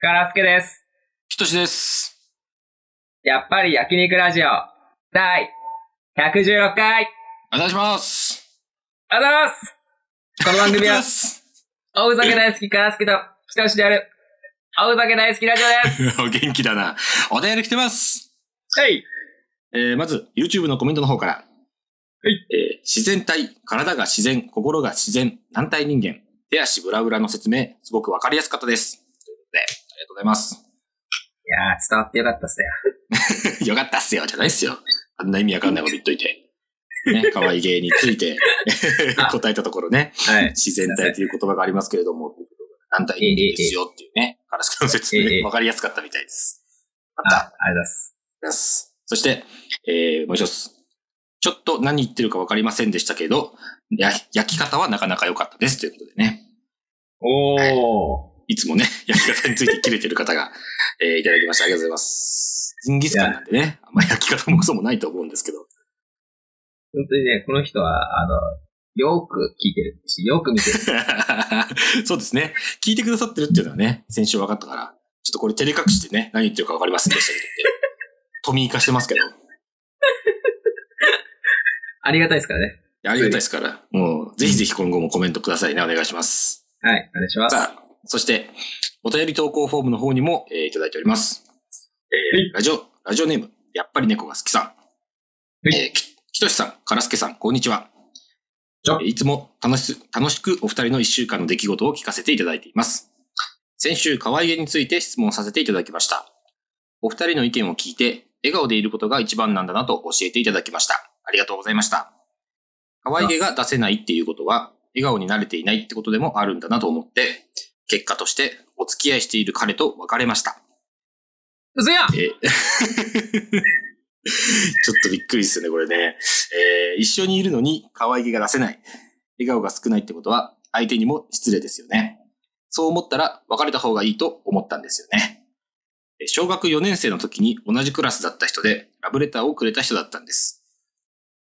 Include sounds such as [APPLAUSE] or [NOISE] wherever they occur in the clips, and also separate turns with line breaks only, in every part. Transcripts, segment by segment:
カラスケです。
ひとしです。
やっぱり焼肉ラジオ、第116回、
お願いします。
ありがとうございますこの番組
ありが
は
とうございま、す
おふざけ大好きカラスケと、ひとしである、おふざけ大好きラジオです。
お元気だな。お便り来てます。
はい。
えー、まず、YouTube のコメントの方から。
はい。
えー、自然体、体が自然、心が自然、軟体人間、手足ブラブラの説明、すごくわかりやすかったです。ということで、ありがとうございます。 [LAUGHS]
いやー、伝わってよかったっすね。
よかったっすよ、じゃないっすよ。あんな意味わかんないこと言っといて。ね、可愛い芸について [LAUGHS] 答えたところね、 [LAUGHS]
はい。
自然体という言葉がありますけれども、軟体人間ですよっていうね、カラスカの説
ええ
明、わかりやすかったみたいです。あっ
あ、あり
た。
がとうございます。
です。そして、えー、もう一つ。ちょっと何言ってるかわかりませんでしたけど、や焼き方はなかなか良かったです。ということでね。
おー。
いつもね、 [LAUGHS] 焼き方について切れてる方が、えーいただきました。ありがとうございます。ジンギスカンなんでね、あんま焼き方もクソもないと思うんですけど。
本当にね、この人は、あの、よーく聞いてるし、よーく見
[LAUGHS]
てる。
そうですね。聞いてくださってるっていうのはね、先週分かったから、ちょっとこれ照れ隠してね、何言ってるか分かりませんでした [LAUGHS] けどって、富生かしてますけど。
ありがたいですからね。
いやありがたいですから、もう、ぜひぜひ今後もコメントくださいね。お願いします。
はい、お願いします。
さあ、そして、お便り投稿フォームの方にも、えーいただいております。えー
はい
ラジオ、ラジオネーム、やっぱり猫が好きさん。
い
えーきひとしさん、からすけさん、こんにちは。
ちは
えーいつも楽しす、楽しくお二人の一週間の出来事を聞かせていただいています。先週、可愛げについて質問させていただきました。お二人の意見を聞いて、笑顔でいることが一番なんだなと教えていただきました。ありがとうございました。可愛げが出せないっていうことは、笑顔に慣れていないってことでもあるんだなと思って、結果としてお付き合いしている彼と別れました。
うそや
え [LAUGHS] ーちょっとびっくりですよね、これね。えー一緒にいるのに可愛げが出せない。笑顔が少ないってことは、相手にも失礼ですよね。そう思ったら別れた方がいいと思ったんですよね。えー小学4年生の時に同じクラスだった人で、ラブレターをくれた人だったんです。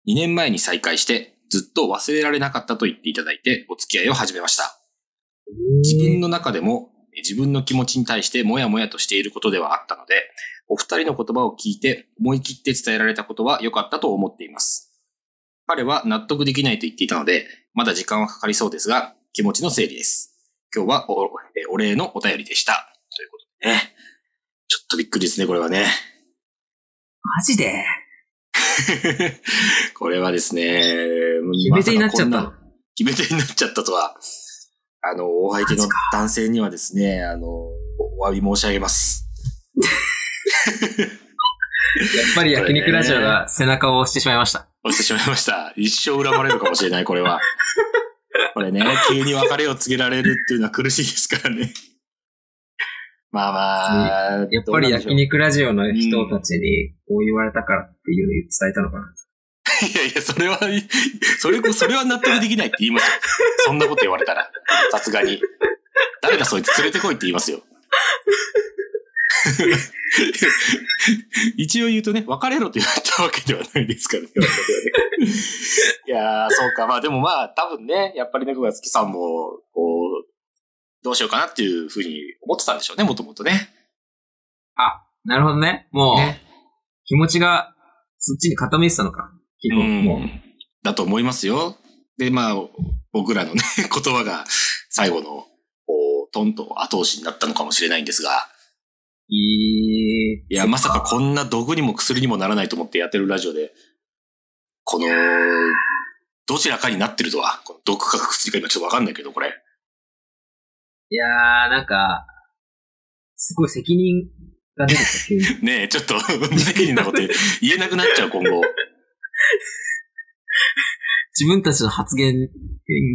2年前に再会して、ずっと忘れられなかったと言っていただいて、お付き合いを始めました。自分の中でもえ自分の気持ちに対してもやもやとしていることではあったので、お二人の言葉を聞いて思い切って伝えられたことは良かったと思っています。彼は納得できないと言っていたので、まだ時間はかかりそうですが、気持ちの整理です。今日はおえお礼のお便りでした。ということでね。ちょっとびっくりですね、これはね。
マジで
これはですね、
決め手になっちゃった
まさかこんな。決め手になっちゃったとは、あの、お相手の男性にはですね、あの、おお詫び申し上げます。
やっぱり焼肉ラジオが背中を押してしまいました。
押してしまいました。一生恨まれるかもしれない、これは。これね、急に別れを告げられるっていうのは苦しいですからね。まあまあ、
やっぱり焼
どうなんでしょう
肉ラジオの人たちにこう言われたからっていうのを伝えたのかな。
いやいや、それは、それこ、それは納得できないって言いますよ。そんなこと言われたら。さすがに。誰だそいつ連れてこいって言いますよ。一応言うとね、別れろと言われたわけではないですからね。いやー、そうか。まあでもまあ、多分ね、やっぱり猫が好きさんも、こう、どうしようかなっていうふうに思ってたんでしょうね、もともとね。
なるほどね。もう、
ね
気持ちがそっちに傾いてたのか。基
う
本、もう。
ん、だと思いますよ。で、まあ、僕らのね、 [LAUGHS] 言葉が最後の、こう、トンと後押しになったのかもしれないんですが、
い
いや、まさかこんな毒にも薬にもならないと思ってやってるラジオで、この、どちらかになってるとは、この毒か薬か今ちょっとわかんないけど、これ。
いやー、なんか、すごい責任が出てきた急に。 [LAUGHS]
ねえ、ちょっと [LAUGHS] 無責任なこと言えなくなっちゃう、今後。
自分たちの発言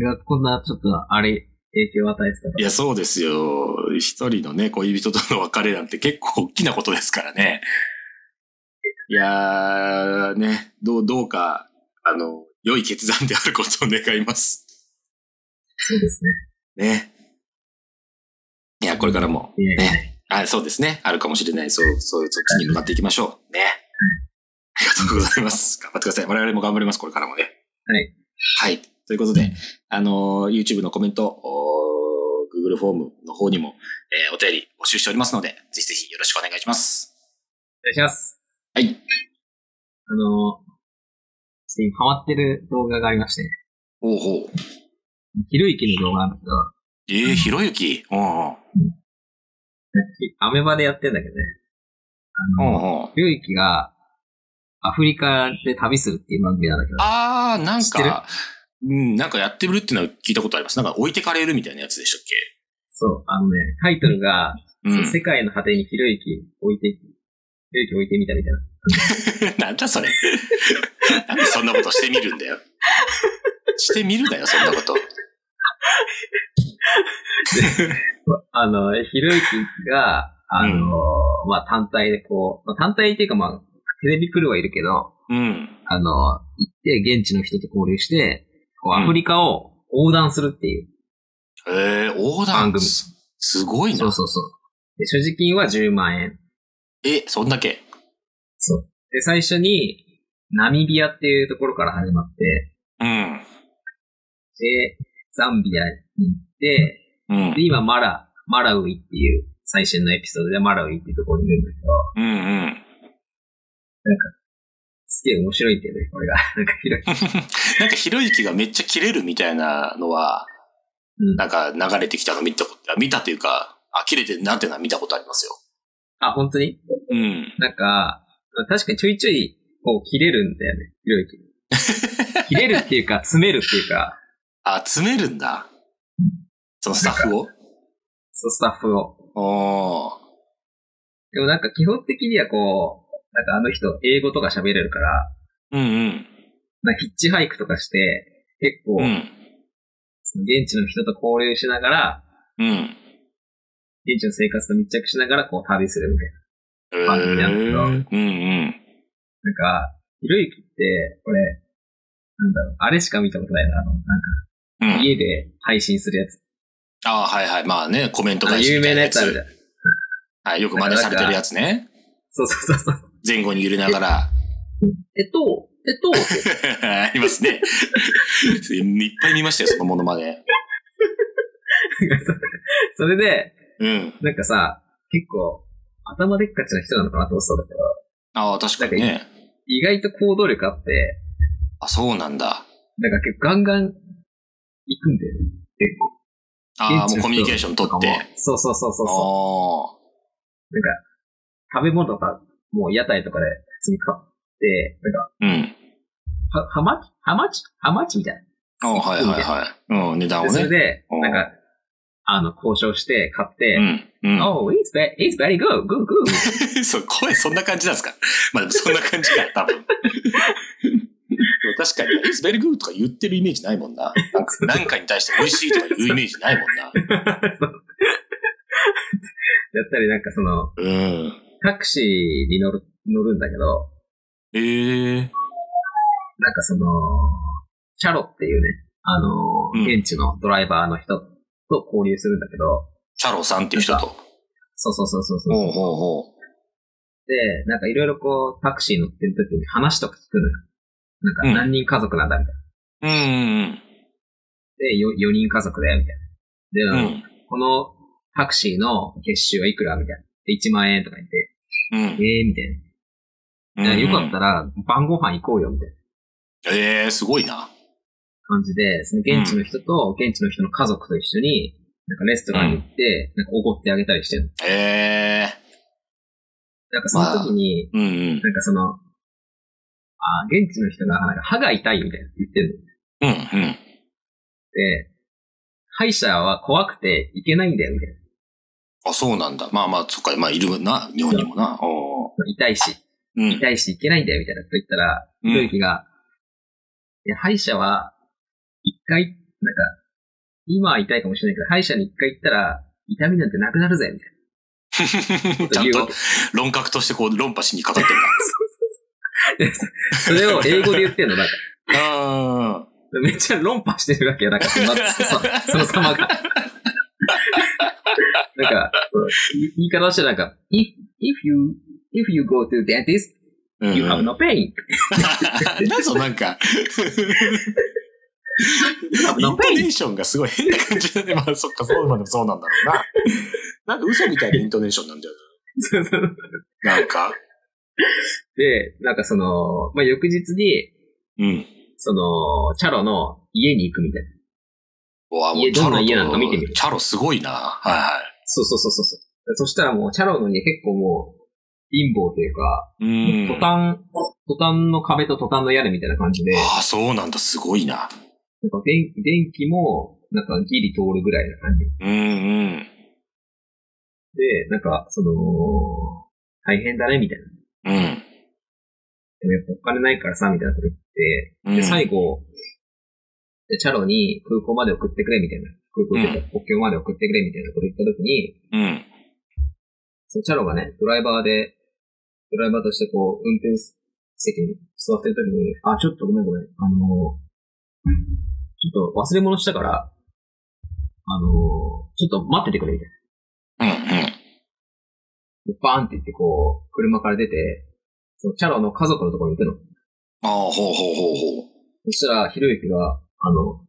がこんなちょっとあれ、影響を与えてたから
いや、そうですよ。一人のね、恋人との別れなんて結構大きなことですからね。いやー、ね、どう、どうか、あの、良い決断であることを願います。
そうですね。
ね。いや、これからも、
いやいや
ね。あそうですね。あるかもしれない。そう、そう、そっちに向かっていきましょう。ね。ありがとうございます。頑張ってください。我々も頑張ります。これからもね。
はい。
はい。ということで、あのー、YouTube のコメント、おー Google フォームの方にも、えーお便り募集しておりますので、ぜひぜひよろしくお願いします。
願いします。
はい。
あの、最近ハマってる動画がありまして、
おうほう。
ひろゆきの動画なんだけど、
えー、ひろゆき。うんうん。
アメバでやってんだけどね。あ
う
の、
んうん。
ひろゆきがアフリカで旅するっていう番組なんだけど、
あー、なん
知ってる
か、うん、なんかやってみるっていうのは聞いたことあります。なんか置いてかれるみたいなやつでしたっけ
そう、あのね、タイトルが、
う
世界の果てにひろゆき置いて、ひろゆき置いてみたみたいな。
ん。なんだそれ。 [LAUGHS] なんでそんなことしてみるんだよ。してみるだよ、そんなこと。
あの、ひろゆきが、あの、まあ、単体でこう、まあ、単体っていうかまあ、テレビクルーはいるけど、
うん。
あの、行って現地の人と交流して、こうアフリカを横断するっていう。
えー、横断
番組
すすごい
そ
な
う。そうそう。で、所持金は10万円。
え、そんだけ。
で、最初に、ナミビアっていうところから始まって、
うん。
で、ザンビアに行って、
う
で、
ん。
今、マラ、マラウイっていう、最新のエピソードでマラウイっていうところにいるんだけど、
うんうん。
すげえ面白いけどね、これが。 [LAUGHS] なんか広い。
なんかひろゆきがめっちゃ切れるみたいなのは、
うん
なんか流れてきたの見たこと、あ見たというか、あ、切れてるなっていうのは見たことありますよ。
あ、本当に
うん。
なんか、確かにちょいちょい、こう、切れるんだよね、ひろゆき。
[LAUGHS]
切れるっていうか、詰めるっていうか、
あ、詰めるんだ。そのスタッフを
そう、スタッフを。
おー
でもなんか基本的にはこう、なんかあの人、英語とか喋れるから、
うんうん。
なんかヒッチハイクとかして、結構、
うん。
その現地の人と交流しながら、
うん。
現地の生活と密着しながら、こう、旅するみたいな。
えー
番組なんですよ
うんうん。
なんか、ひろゆきって、これ、なんだろう、あれしか見たことないな、あの、なん
う
か、
ん。
家で配信するやつ。
ああ、はいはい。まあね、コメント
あの
返し
有
みた
名
い
なやつあるじゃん。
はい、よく真似されてるやつね。
そうそうそうそう。
前後に揺れながら。 [LAUGHS]
えっと、えっと、
ありますね。いっぱい見ましたよ、そのモノマネ。
[LAUGHS] それで、
うん。
なんかさ、結構、頭でっかちな人なのかなと思ってたんだけど、
ああ、確かにね。
意外と行動力あって、
あ、そうなんだ。
なんか結構ガンガン行くんだよね。結構。
ああ、
現地の人
もうコミュニケーション取
と
っ
か
て。
もそうそうそうそうそう。
あ
なんか、食べ物とか、もう屋台とかで普通に買って、なんか、
あ。うん。
は、はまちはまちはまちみたい
あ
な。
あ、はいはいはい。うん、値段を
でそれ
ね。
で、
うん
なんか、あの、交渉して買っ
う
て、
ん。うん。
Oh, it's very, it's very good, good, good.
[LAUGHS] そう、声そんな感じなんですかまあでもそんな感じか、多分。でも確かに、It's very good とか言ってるイメージないもんな。なんかなんかに対して美味しいとか言うイメージないもんな。
だったり、なんかその、
うん。
タクシーに乗る、乗るんだけど、
ええ
なんかその、チャロっていうね、あの、
うん
現地のドライバーの人と交流するんだけど、
チャロさんっていう人と。
そうそうそうそうそう。
ほうほうほ
で、なんかいろいろこう、タクシー乗ってる時に話とか聞くのよ。なん
うん
か何人家族なんだみたいな。
う。うんうん
で、よ4人家族だよ、みたい
うん。う
な。で、
ん。
このタクシーの月収はいくらみたいな。で、1万円とか言って、
うん。
ええー、みたいな。
うん
でよかったら晩ご飯行こうよ、みたいな
ええすごいな。
感じで、その現地の人と現地の人の家族と一緒に、なんかレストランに行って、なんかおごってあげたりしてるの。
ええ
なんかその時に、
うんうん。
なんかその、あー現地の人が、なんか歯が痛いみたいな言ってるの。
うんうん。
で、歯医者は怖くて行けないんだよ、みたいな。
あ、そうなんだ。まあまあ、そっか、まあいるな。日本にもな。おー
痛いし、
うん。
痛いし行けないんだよ、みたいなこと言ったら、
うん
ひろゆきが、いや、歯医者は、一回、なんか、今は痛いかもしれないけど、歯医者に一回行ったら、痛みなんてなくなるぜ、みたいなこ
ち
と
ゃ
言
ん
うわ
と
け。
論客としてこう論破しにかかってんだ。
それを英語で言ってんの、なんか。
あ
[LAUGHS] めっちゃ論破してるわけよ、なんか、そのそその様が。 [LAUGHS] なんか、そう言い方としてなんか、if, if you, if you go to dentist,
あ。
you have
うん
no pain.
なんかそうなんか、 [LAUGHS] イントネーションがすごい変な感じだね。まあ、そっか、そうまでもそうなんだろうな。なんか嘘みたいなイントネーションなんだよ
そうそう
な。なんか。
で、なんかその、まあ、翌日に、
うん。
その、チャロの家に行くみたいな。
うわ、も
家
うチ
ど
ャ
んな
ロ
家なのか
と
見てみる
チャロすごいな。はいはい。
そうそうそうそうそう。そしたらもう、チャロの家結構もう、貧乏というか、
う
ト
ん。あ
タン、トタンの壁とトタンの屋根みたいな感じで、なん
あ、そうなんだ。すごいな。
か電電気も、なんかギリ通るぐらいな感じ。
うんうん。
で、なんか、その、大変だね、みたいな。
う
で
ん。
もやっぱお金ないからさ、みたいなこと言って、
うん
で、最後、でチャロに空港まで送ってくれ、みたいな。空港で国境まで送ってくれ、みたいなこと言ったときに、
うん。
そのチャロがね、ドライバーで、ドライバーとしてこう、運転席に座ってるときに、あ、ちょっとごめんごめん、あのー、ちょっと忘れ物したから、あのー、ちょっと待っててくれ、みたいな。
うんうん。
でバーンって言ってこう、車から出て、そのチャロの家族のところに行くの。
ああ、ほうほうほうほう。
そしたら、ひろゆきが、あの、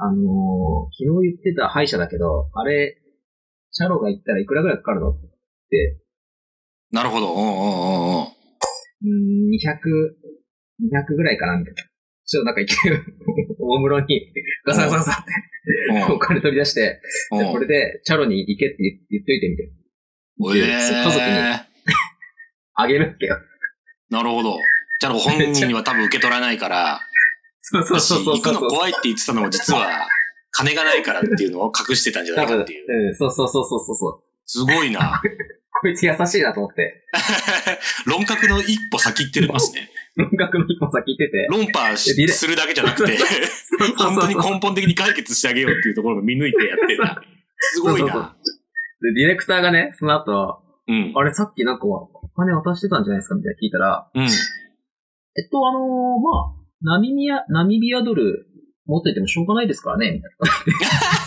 あのー昨日言ってた歯医者だけど、あれ、チャロが行ったらいくらぐらいかかるのって、
なるほど。うんうんうんうん。
うーん、200、200ぐらいかなみたいな。ちょっとなんか一回、 [LAUGHS] おもむろに、ガサガサガサっ
うん
て、お金取り出して、
うん
でこれで、チャロに行けって言言っといてみたいな。そう家族に
え
あげるってよ。
ーなるほど。じゃあ本人は多分受け取らないから、
[LAUGHS] そうそうそうそう
私
そう。
行くの怖いって言ってたのも実は、金がないからっていうのを隠してたんじゃな
多
いか
分、
っていう。
うん、そうそうそうそうそう。
すごいな。
こいつ優しいなと思って、
論客の一歩先行ってますね。
音楽の一本先行ってて。
論破し
リレー
するだけじゃなくて、
そうそう
本
そう
当
そう
に根本的に解決してあげようっていうところも見抜いてやってるな。すごい
そうそう
な。
で、ディレクターがね、その後、
うん。
あれさっきなんかお金渡してたんじゃないですかみたいな聞いたら、
うん。
えっと、あのーまあ、ナミビア、ナミビアドル持っててもしょうがないですからね、みたい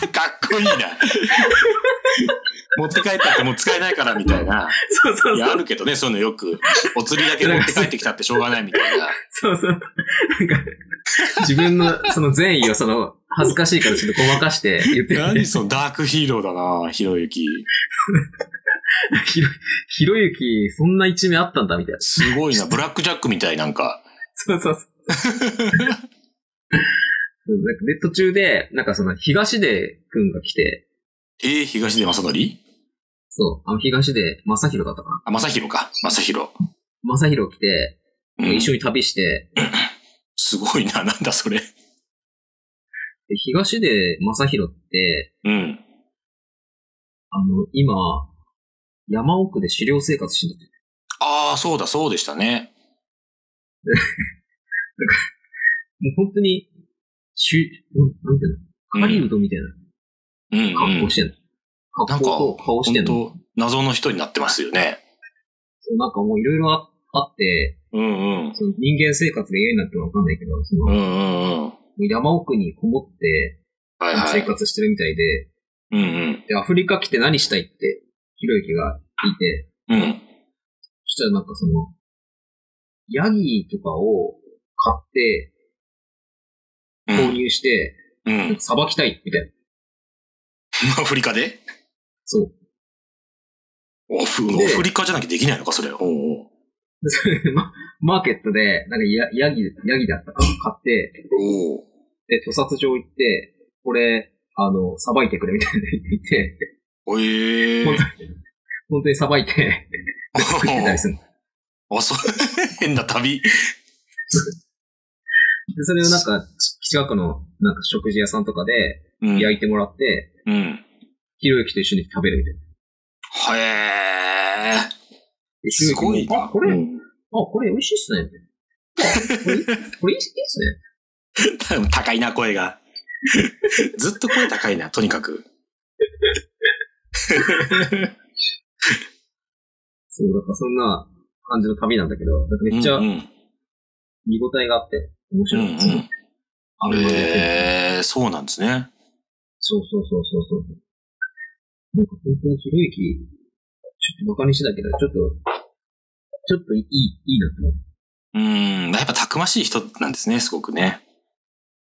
な。
かっこいい
[LAUGHS]
な。持って帰ったってもう使えないからみたいな。
そうそ
いや、あるけどね、そういうのよく。お釣りだけ持って帰ってきたってしょうがないみた
[LAUGHS]
いな。
そうそう。なんか、自分のその善意をその、恥ずかしいからちょっとごまかして言ってるんで
何、そのダークヒーローだな、ひろゆき。
ひろ、ひろゆき、そんな一面あったんだ、みたいな。
すごいな、ブラックジャックみたいなんか。
そうそうそう。なんかで、途中で、なんかその、東出くんが来て、
えー、東出正則
そう、あの、東出正宏だったかな。
あ、正宏か。正宏。
正宏来て、
うん
一緒に旅して、
すごいな、なんだそれ。
で東出正宏って、
うん。
あの、今、山奥で狩猟生活してる。
ああ、そうだ、そうでしたね。
もう本当に、しゅ、うんなんていう
う
の
ん
狩人みたい
うん、う
な格
ん
好し。てんの。
なん
格
か、
好と顔して
本
んの。
当謎の人になってますよね。
そうなんかもういろいろああって、
うんうん。
その人間生活が嫌になってもわかんないけど、その
うんうんうん。
山奥にこもって
はいは
生
い。
活してるみたいで、
うんうん。
で、アフリカ来て何したいって、ひろゆきが聞いて、
うん。
そしたらなんかその、ヤギとかを買って、
う
購
ん。
入して、
うん。
さばきたい、みたいな。
アフリカで
そう。 [LAUGHS]
アフ
で
アフリカじゃなきゃできないのか、それ。おうおう
でそれでま、マーケットで、なんかヤヤギ、ヤギだったか買って、
おう
で、屠殺場行って、これ、あの、さばいてくれみたいな言って、
おええ [LAUGHS]
本本当にさばいて、食ってたりするの。で、
あ、そう、変な旅。
それをなんか、ち近くの、なんか食事屋さんとかで
うん
焼いてもらって、
うん。
ひろゆきと一緒に食べるみたいな。
はえー。
でひろ
す
ゆきも
ごいな。
あ、これ、あ、
うん
これ美味しいっすね。あこれ、これいいっすいいっすね。
多分高いな、声 [LAUGHS] が。ずっと声高いな、とにかく。
そう、だからそんな感じの旅なんだけど、なんかめっちゃ
うんうん。
見応えがあって、面
うん
白いですよ。
うん
あの
えー、そうなんですね。
そうそうそうそうそう。なんか本当にひろゆき、ちょっと馬鹿にしてたけど、ちょっと、ちょっといい、いいなと思って。
うん。やっぱたくましい人なんですね、すごくね。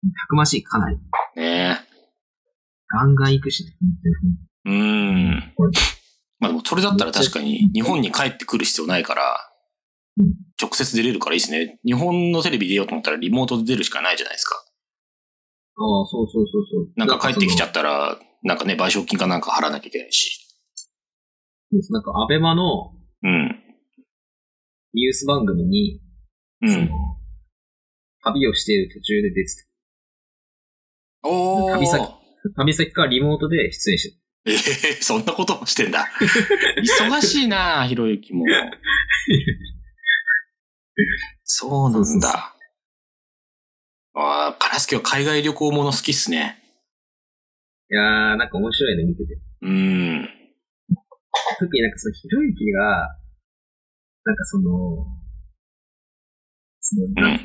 たくましい、かなり。
ね
ガンガン行くしね。本当に
え。うん。まあでもそれだったら確かに日本に帰ってくる必要ないから
うん、
直接出れるからいいですね。日本のテレビ出ようと思ったらリモートで出るしかないじゃないですか。
ああ、そうそうそうそう。
なんか帰ってきちゃ
った。
ったら、なんかね、賠償金かなんか払わなきゃいけないし。
なんか、アベマの
うん。
ニュース番組に、
う
その
ん。
旅をしている途中で出て
おー
旅先た。旅先からリモートで出演してた。
ええそんなこともしてん
[LAUGHS]
だ。忙しいなあひろゆきも。そうな
そ
ん
うそう
だ。ああ、カラスケは海外旅行もの好きっすね。
いやー、なんか面白いね、見てて。
うん。
特になんかその、ひろゆきが、なんかその、その、
う
なん
ん
か、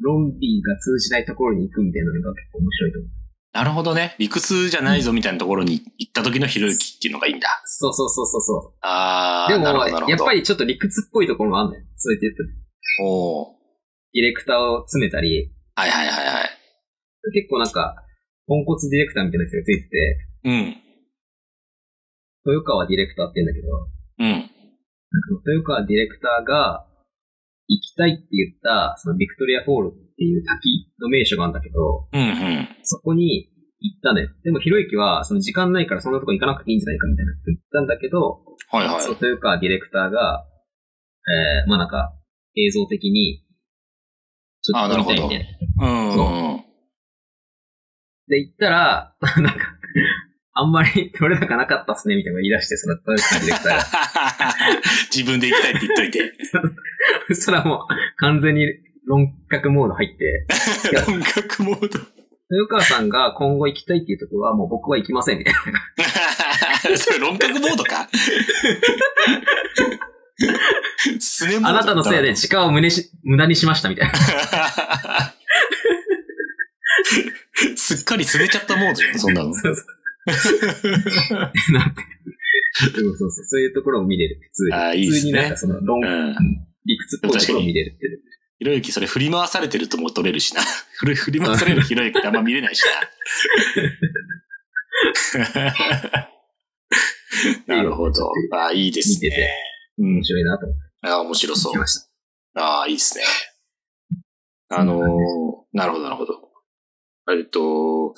論理が通じないところに行くみたいなのが結構面白いと思う。
なるほどね。理屈じゃないぞみたいなところに行った時のひろゆきっていうのがいいんだ。
そうそうそうそうそ
あ
う。
あ、
でも
なるほど、なるほど。
やっぱりちょっと理屈っぽいところもあんねん。そうやって言って、
おー
ディレクターを詰めたり、
はいはいはいはい。
結構なんか、ポンコツディレクターみたいな人がついてて、
うん。
豊川ディレクターって言うんだけど、
うん。
豊川ディレクターが行きたいって言った、そのビクトリアフォールっていう滝の名所があるんだけど、
うん、うん。
そこに行ったのよ。でもひろゆきは、その時間ないからそんなとこ行かなくていいんじゃないかみたいなこと言ったんだけど、
はいはい
その。豊川ディレクターが、えー、まあなんか、映像的に、ちょっと撮りたいみたいな。
うんうんうん。
で、行ったら、なんか、あんまり [LAUGHS] 撮れ高なかったっすね、みたいなの言い出して、その豊川ディレクター
[LAUGHS]
が。
[LAUGHS] 自分で行きたいって言っといて。
そしたらもう、完全に論客モード入って、や
[LAUGHS] 音楽モード。
豊川さんが今後行きたいっていうところはもう僕は行きませんみたいな。
[LAUGHS] それ論客モード [LAUGHS] かスネモード
あなたのせいで時間を無駄にし無駄にしましたみたいな。
[LAUGHS] すっかりすれちゃったモードじゃん、そん [LAUGHS] なの。
そうそう。なんて。そうそうそう。そういうところを見れる。普通に。
あーいいっ
普通
す
に
ね
なんかその論、
うん。
理屈っぽいところを見れるっていう。
ひろゆきそれ振り回されてるとも取れる [LAUGHS] しな。振り振り回されるひろゆきってあんま見れないし [LAUGHS] な。なるほど。ああ、いいです
見て
ね
て。
うん
面。白いなと思って
ああ、面白そう
き。ました。
ああ、いいですね。あのーなるほど、なるほど。えっと、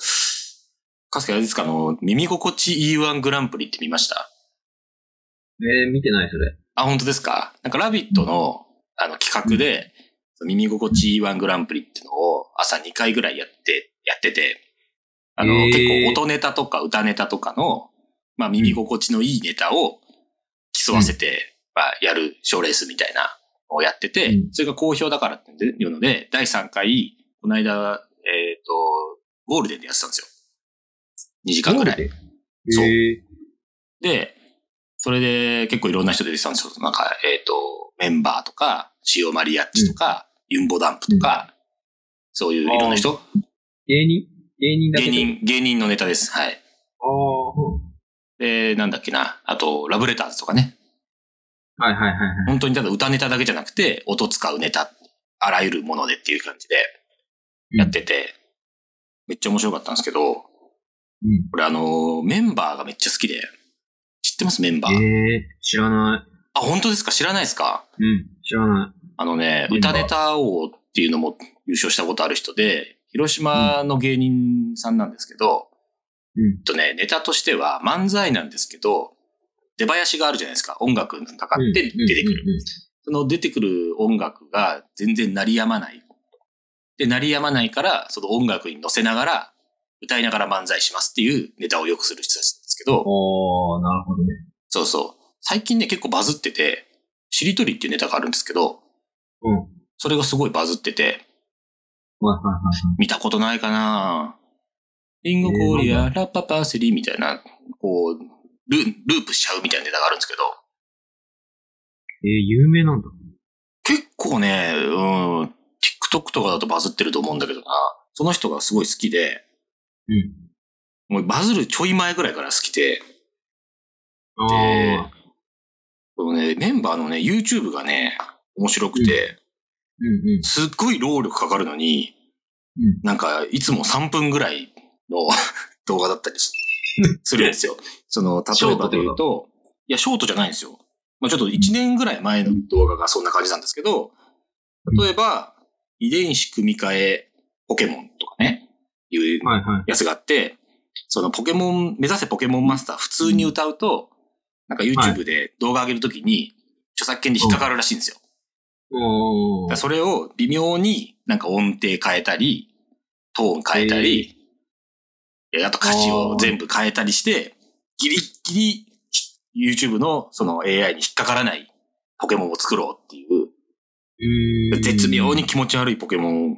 かすかあれですか、あの、耳心地いい E1 グランプリって見ました
えー、見てないそれ。
あ、本当ですかなんか、ラビットの、あの、企画で、耳心地いい E1 グランプリっていうのを朝2回ぐらいやって、やってて、あの、
へー
結構音ネタとか歌ネタとかの、まあ、耳心地のいいネタを競わせて、まあ、やる賞レースみたいなのをやってて、
うん
それが好評だからっていうので、第3回、この間、えっ、と、ゴールデンでやってたんですよ。2時間ぐらい。
え
そう
ー、
で、それで結構いろんな人出てきたんですよ。なんか、えっ、と、メンバーとか、シオマリアッチとか、ユンボダンプとか、そういういろんな人
芸人芸人だけ
芸
ど。
人、芸人のネタです。は
あ
い。
あ、
で、なんだっけな。あと、ラブレターズとかね。
はいはいはいはい。
本当にただ歌ネタだけじゃなくて、音使うネタ、あらゆるものでっていう感じでやってて、めっちゃ面白かったんですけど、
うん。
これあの、メンバーがめっちゃ好きで、知ってますメンバー。
えー、知らな
あ、本当ですか知らないですか
い。うん、知らな
あのね、
メンバ
歌
ー
ネタ王っていうのも優勝したことある人で、広島の芸人さんなんですけど、
うん
えっとね、ネタとしては漫才なんですけど、出囃子があるじゃないですか。音楽の中
い。
で出てくる。
うん。うんうん
その出てくる音楽が全然鳴り止まない。で、鳴り止まないから、その音楽に乗せながら、歌いながら漫才しますっていうネタをよくする人たちなんですけど、
おー、なるほどね。
そうそう。最近ね、結構バズってて、しりとりっていうネタがあるんですけど、
うん
それがすごいバズってて、
はいはいはいはい。
見たことないかなリンゴコーリア、ラッパパーセリーみたいな、こう、ルループしちゃうみたいなネタがあるんですけど、
えー、有名なんだ。
結構ね、うん、TikTok とかだとバズってると思うんだけどな、その人がすごい好きで、
うん。
もうバズるちょい前ぐらいから好きで、
あ
で
あ。
このね、メンバーのね、YouTube がね、面白くて、
うんうん。
すっごい労力かかるのに、
うん
なんか、いつも3分ぐらいの [LAUGHS] 動画だったりしするんですよ。その、例えばで言う
ショート
と、いや、ショートじゃないんですよ。まあちょっと1年ぐらい前の動画がそんな感じなんですけど、例えば、遺伝子組み換えポケモンとかね、いう
はいはい。
やつがあって、そのポケモン、目指せポケモンマスター普通に歌うと、なんか YouTube で動画上げるときに、著作権で引っかかるらしいんですよ。
おー
だからそれを微妙になんか音程変えたり、トーン変えたり、えあと歌詞を全部変えたりして、ギリッギリ YouTube のその AI に引っかからないポケモンを作ろうっていう
うーん
絶妙に気持ち悪いポケモン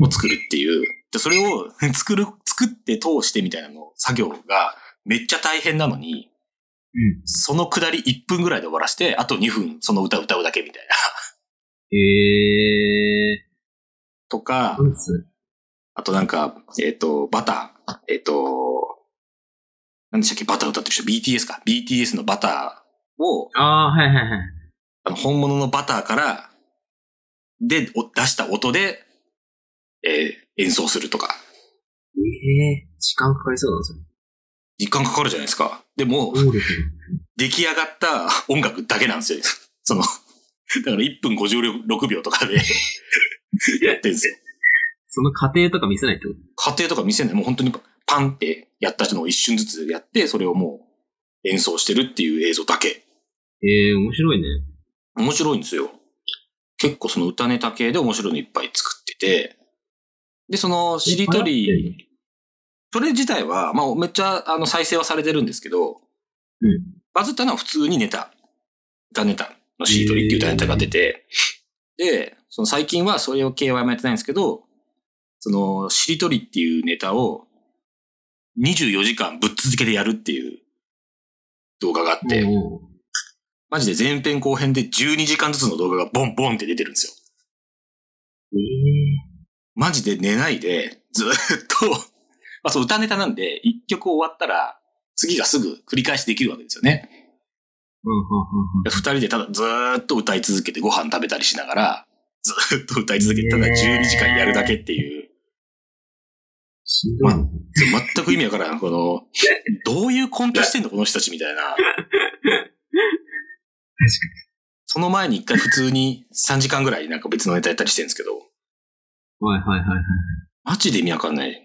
を作るっていう。で、それを [LAUGHS] 作る、作って通してみたいなの、作業がめっちゃ大変なのに、
うん。
その下り1分ぐらいで終わらして、あと2分その歌歌うだけみたいな。
え
とか
ー。、なんつ
あとなんか、えっ、と、バター、えっ、と、何でしたっけ、バター歌ってる人、BTS か。BTS のバターを、
ああー、はいはいはい。
あの本物のバターから、で、お出した音で、えー演奏するとか。
ええー、時間かかりそうだな、それ。
時間かかるじゃないですか。でも、
労力。
出来上がった音楽だけなんですよ。その、だから1分56秒とかでやってんですよ。
その過程とか見せないってこと
家庭とか見せない。もう本当にパンってやった人のを一瞬ずつやって、それをもう演奏してるっていう映像だけ。
ええー、面白いね。
面白いんですよ。結構その歌ネタ系で面白いのいっぱい作ってて。で、その、しりとり、それ自体は、まあ、めっちゃ、あの、再生はされてるんですけど、
うん
バズったのは普通にネタ。歌ネタのしりとりっていう歌ネタが出て、で、その最近はそれを系はあんまやってないんですけど、その、しりとりっていうネタを、24時間ぶっ続けてやるっていう動画があって、
おー
マジで前編後編で12時間ずつの動画がボンボンって出てるんですよ。
ええ
マジで寝ないで、ずーっと、 [LAUGHS] まあそう歌ネタなんで、一曲終わったら、次がすぐ繰り返しできるわけですよね。
ー。うん、うん、うん。
で二人でただずーっと歌い続けてご飯食べたりしながら、ずーっと歌い続けて、ただ12時間やるだけっていう、
しんどいね。
全く意味わからん、この、どういうコントしてんのこの人たちみたいな。その前に一回普通に3時間ぐらいなんか別のネタやったりしてるんですけど、
はいはいはいはい。
マジで意味わかんない。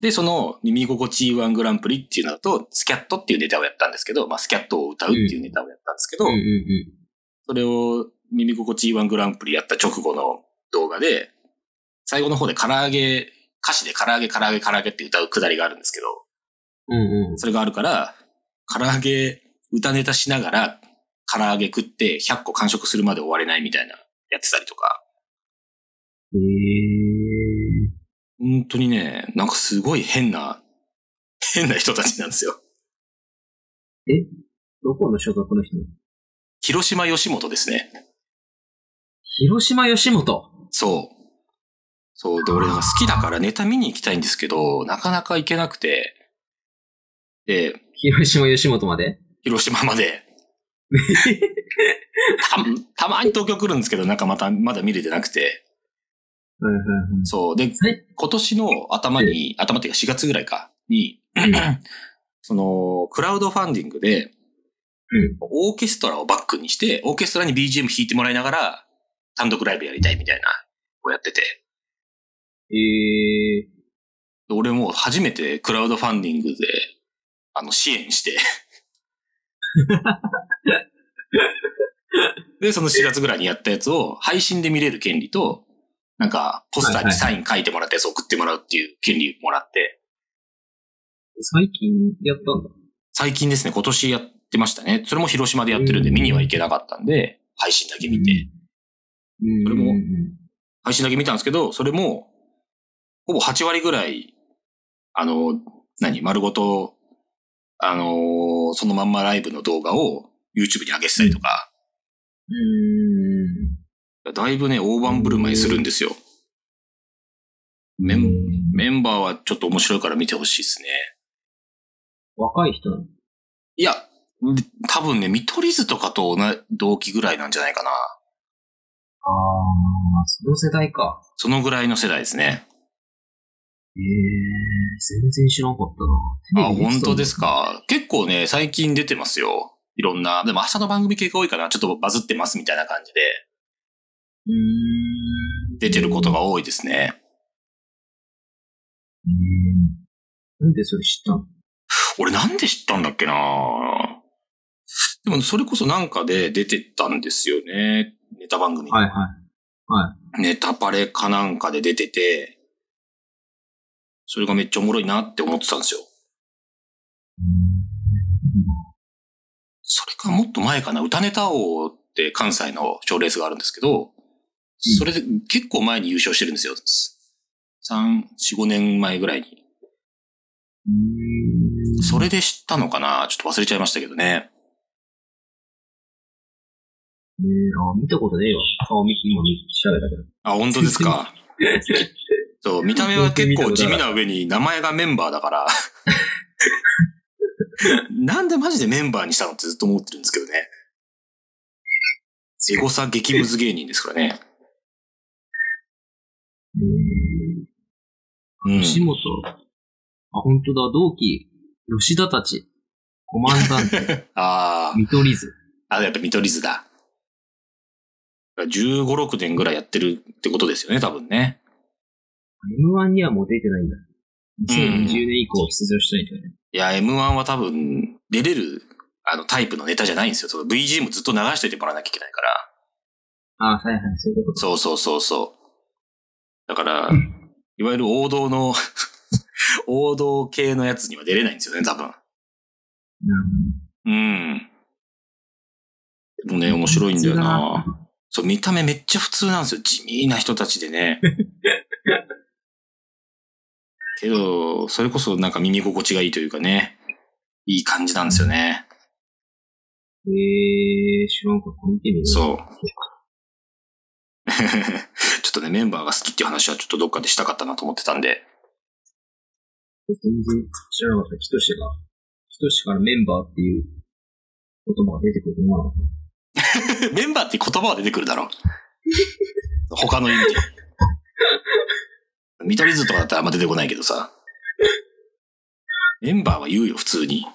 で、その、耳心地いい1グランプリっていうのだと、スキャットっていうネタをやったんですけど、まあ、スキャットを歌うっていうネタをやったんですけど、
うんうんう
それを耳心地いい1グランプリやった直後の動画で、最後の方で唐揚げ、歌詞で唐揚げ唐揚げ唐揚げって歌うくだりがあるんですけど、
ん。うんうん。
それがあるから、唐揚げ歌ネタしながら、唐揚げ食って100個完食するまで終われないみたいな、やってたりとか、
ええ
本当にね、なんかすごい変な、変な人たちなんですよ。
どこの所属の人
広島吉本ですね。
広島吉本。
そう。そう。で、俺が好きだからネタ見に行きたいんですけど、なかなか行けなくて。で、
広島吉本まで
広島
[LAUGHS]
まで。たたまに東京来るんですけど、なんかまた、まだ見れてなくて。
はいはいはい。
そう。で、
はい
今年の頭に、頭っていうか4月ぐらいか、に、その、クラウドファンディングで、
うん
オーケストラをバックにして、オーケストラに BGM 弾いてもらいながら、単独ライブやりたいみたいな、をやってて。
ええ
で俺もう初めてクラウドファンディングで、あの、支援 [LAUGHS] して。で、その4月ぐらいにやったやつを配信で見れる権利と、なんか、ポスターにサイン書いてもらったやつを送ってもらうっていう権利もらって、
最近やったんだ。
最近ですね、今年やってましたね。それも広島でやってるんで見には行けなかったんで、配信だけ見て。
うん。
それも
うんうん
配信だけ見たんですけど、それも、ほぼ8割ぐらい、あの、何、丸ごと、あのーそのまんまライブの動画を YouTube に上げてたりとか、
うん。
だいぶね、大盤振る舞いするんですよ。メンメンバーはちょっと面白いから見てほしいですね。
若い人なの
いや、多分ね、見取り図とかと同じ同期ぐらいなんじゃないかな。
ああ、その世代か。
そのぐらいの世代ですね。
えー、全然知らんかったな。
あ、本当です
か。
か。結構ね、最近出てますよ。いろんな。でも明日の番組系が多いかな。ちょっとバズってますみたいな感じで、
うーん。
出てることが多いですね。
えー、なんでそれ知ったの
俺なんで知ったんだっけなでもそれこそなんかで出てたんですよね。ネタ番組。
はいはい。
ネタパレかなんかで出てて、それがめっちゃおもろいなって思ってたんですよ。それかもっと前かな、歌ネタ王って関西の賞レースがあるんですけど、それで結構前に優勝してるんですよ。3、4、5年前ぐらいに。
うん。
それで知ったのかなちょっと忘れちゃいましたけどね。
えー、あ、見たことねえわ。顔見、今見、調べたけど。
あ、本当ですか。 [LAUGHS] そう、見た目は結構地味な上に名前がメンバー
[LAUGHS]
だから。なんでマジでメンバーにしたのってずっと思ってるんですけどね。エゴサ激ムズ芸人ですからね。
え
うん
ー、。吉本。あ、本当だ、同期。吉田たち。コマンダ
[LAUGHS]
ンテ。
あ
見取り図。
あ。あ、やっぱ見取り図だ。15、6年ぐらいやってるってことですよね、多分ね。
M1 にはもう出てないんだ。2020年以降出場したいと、ね
いや、M1 は多分、出れる、あの、タイプのネタじゃないんですよ。その VGM ずっと流しといてもらわなきゃいけないから。
あ、はいはい、そういうこと。
そうそうそうそう。だから、いわゆる王道の、 [LAUGHS] 王道系のやつには出れないんですよね、多分。
なる
うん。でもね、面白いんだよ
普通だ
な。そう、見た目めっちゃ普通なんですよ。地味な人たちで [LAUGHS] ね。けど、それこそなんか耳心地がいいというかね、いい感じなんですよね。
ほどえー、知らんかった。見てみよう。
そう。 [LAUGHS] ちょっとね、メンバーが好きっていう話はちょっとどっかでしたかったなと思ってたんで。
全然知らなかった。キトシが、キトシからメンバーっていう言葉が出てくるのは、
メンバーって言葉は出てくるだろう。 [LAUGHS] 他の意味で。見取り図とかだったらあんま出てこないけどさ。メンバーは言うよ、普通に。
いやー、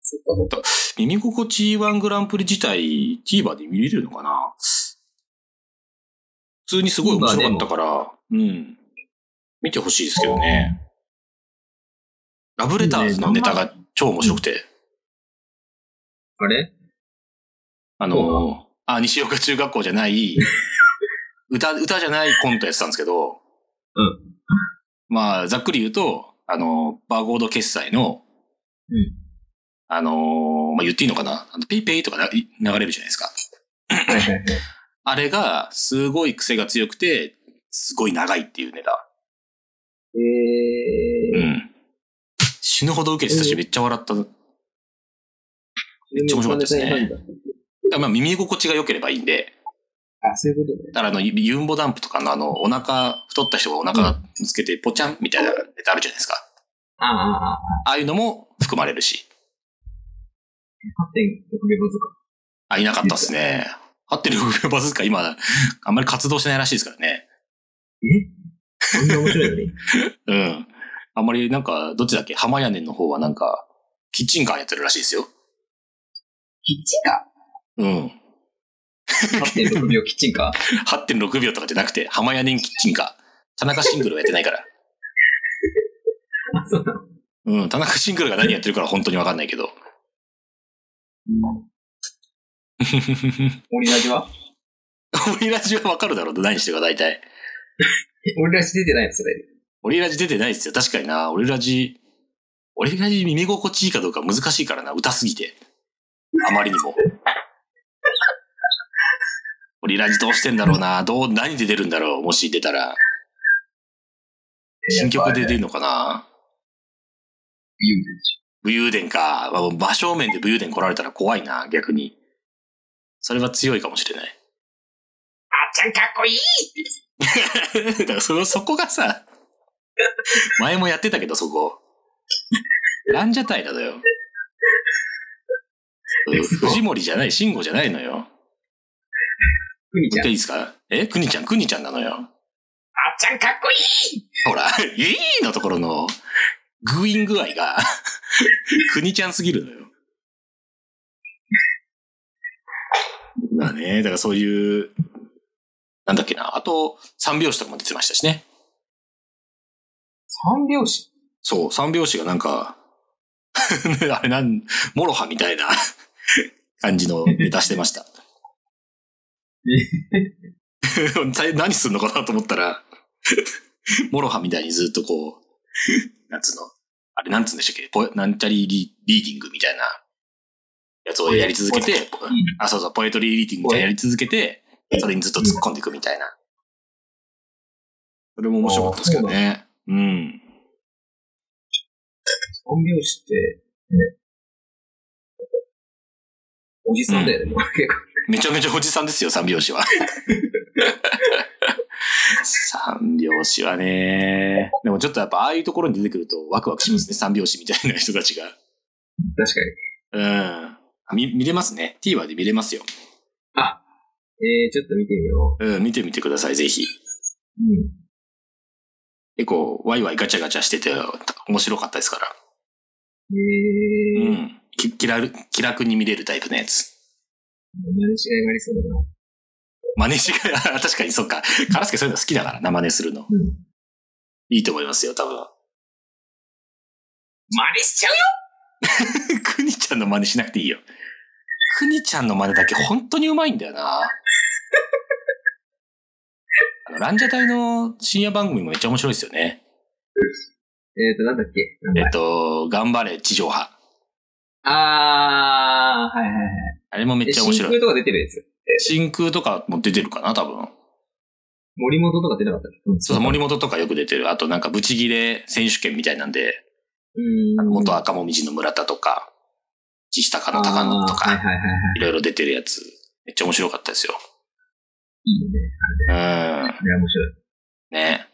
そっかそっか。
耳心地いいワングランプリ自体、TVer で見れるのかな普通にすごい面白かったから、うん。見てほしいですけどね。ラブレターズのネタが超面白くて。
あれ
あ
そう
の、あ、西岡中学校じ
[LAUGHS]
ゃない、歌、歌じゃないコントやってたんですけど、
うん
まあ、ざっくり言うと、あの、バーコード決済の、
うん
あの、まあ、言っていいのかなあのペイペイとかない流れるじゃないですか。
はいはいはい。
あれが、すごい癖が強くて、すごい長いっていうネタ。う
えー、
ん。死ぬほど受けてたし、めっちゃ笑った。
め
っちゃ面白かったですね
ね。
まあ、耳心地が良ければいいんで、
あ、そういうことね。
だからあの、ユユンボダンプとかのあの、お腹、太った人がお腹つけてポチャンみたいなネタあるじゃないですか。
ああ、ああ、ああ。
ああいうのも含まれるし。
8.6秒ずか。
あ、いなかったですね。合ってる6秒バズか今、あんまり活動してないらしいですからね。
こんな面白いのに。
うん。あんまりなんか、どっちだっけ浜屋根の方はなんか、キッチンカーやってるらしいですよ。
キッチンカ
うん。
ー ?8.6 秒キッチンカー
8.6秒とかじゃなくて、浜屋根キッチンカー。田中シングルはやってないから。
あ、そうなの。
うん。田中シングルが何やってるから本当にわかんないけど。 [LAUGHS]
俺ラジは
オリラジはわかるだろうと何してるか大体。
俺ラジ出てないのそれ。
オリラジ出てないですよ。確かにな。オリラジ、オリラジ耳心地いいかどうか難しいからな。歌すぎて。あまりにも。オリラジどうしてんだろうな。どう、何で出るんだろう。もし出たら。新曲で出るのかな
言う
武勇伝か。まあ真正面で武勇伝来られたら怖いな。逆に。それは強いかもしれない。
あっちゃんかっこいい
[LAUGHS] だからそのそこがさ、前もやってたけど、そこ。ランジャタイなのよ。
えそう
藤森じゃない、慎吾じゃないのよ。
ふみ
も
ちゃん。
う一
あ
回いいですかえくにちゃん、くにちゃんなの
っ
よ。っちゃんかっこいいほら、いいのところの、グイン具合が、国ちゃんすぎるのよ。まあね、だからそういう、なんだっけな、あと、三拍子とかも出てましたしね。
三拍子
そう、三拍子がなんか、 [LAUGHS] あれなん、モロハみたいな [LAUGHS] 感じのネタしてました。大 [LAUGHS] 何すんのかなと思ったら、 [LAUGHS] モロハみたいにずっとこう、なんつうの、あれなんつうんでしたっけポエなんちゃりリリーディングみたいなやつをやり続けて、ポあ、そうそう、ポエトリーリーディングみたいなのやり続けて、それにずっと突っ込んでいくみたいな。それも面白かったですけどね。うん。
三拍子って、ね、おじさんだよね、 [LAUGHS] もう結構。
めちゃめちゃおじさんですよ、三拍子は。三拍子はね。でもちょっとやっぱああいうところに出てくるとワクワクしますね、三拍子みたいな人たちが。
確か
うん。見、見れますね。TVer で見れますよ。
に。えー、ちょっと見てみよ
うん、見てみてください、ぜひ。
う。うん。
結構、ワイワイガチャガチャしてて、面白かったですから。う
えー、
ん。き気楽気楽に見れるタイプのやつ。
真似しがいがありそうだな。
真似しが、確かにそっか。カラスケそういうの好きだからな、真似するの。
うん。
いいと思いますよ、多分。
真似しちゃうよ
くにちゃんの真似しなくていいよ。くにちゃんの真似だけ本当にうまいんだよ
[LAUGHS]
な。あの、ランジャタイの深夜番組もめっちゃ面白いですよね。
えーと、なんだっけ名
え
前
っと、頑張れ地上波。
あー、はいはいはい。
あれもめっ
え
ちゃ面
真
白
空
い。
とか出てるやつ。
真空とかも出てるかな、多分。
森本とか出なかった
そうそう、森本とかよく出てる。あとなんか、ブチギレ選手権みたいなんで、
う
あ
ん。
の元赤もみじの村田とか、岸高の高野と
あーはい
か、
はいはいはい。
いろいろ出てるやつ。めっちゃ面白かったですよ。
いいよね。
うん。
あれは面白い。
ね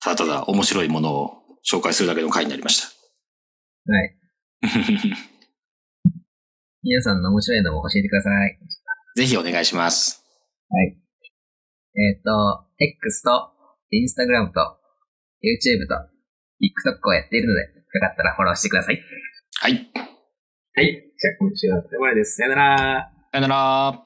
ただただ面白いものを紹介するだけの回になりました。。
はい皆さんの面白いのを教えてください。
ぜひお願いします。
えっ、と、X と、Instagram と、YouTube と、TikTok をやっているので、よかったらフォローしてください。
はい。
はい。じゃあ、今週はこれまでです。さよなら。
さよなら。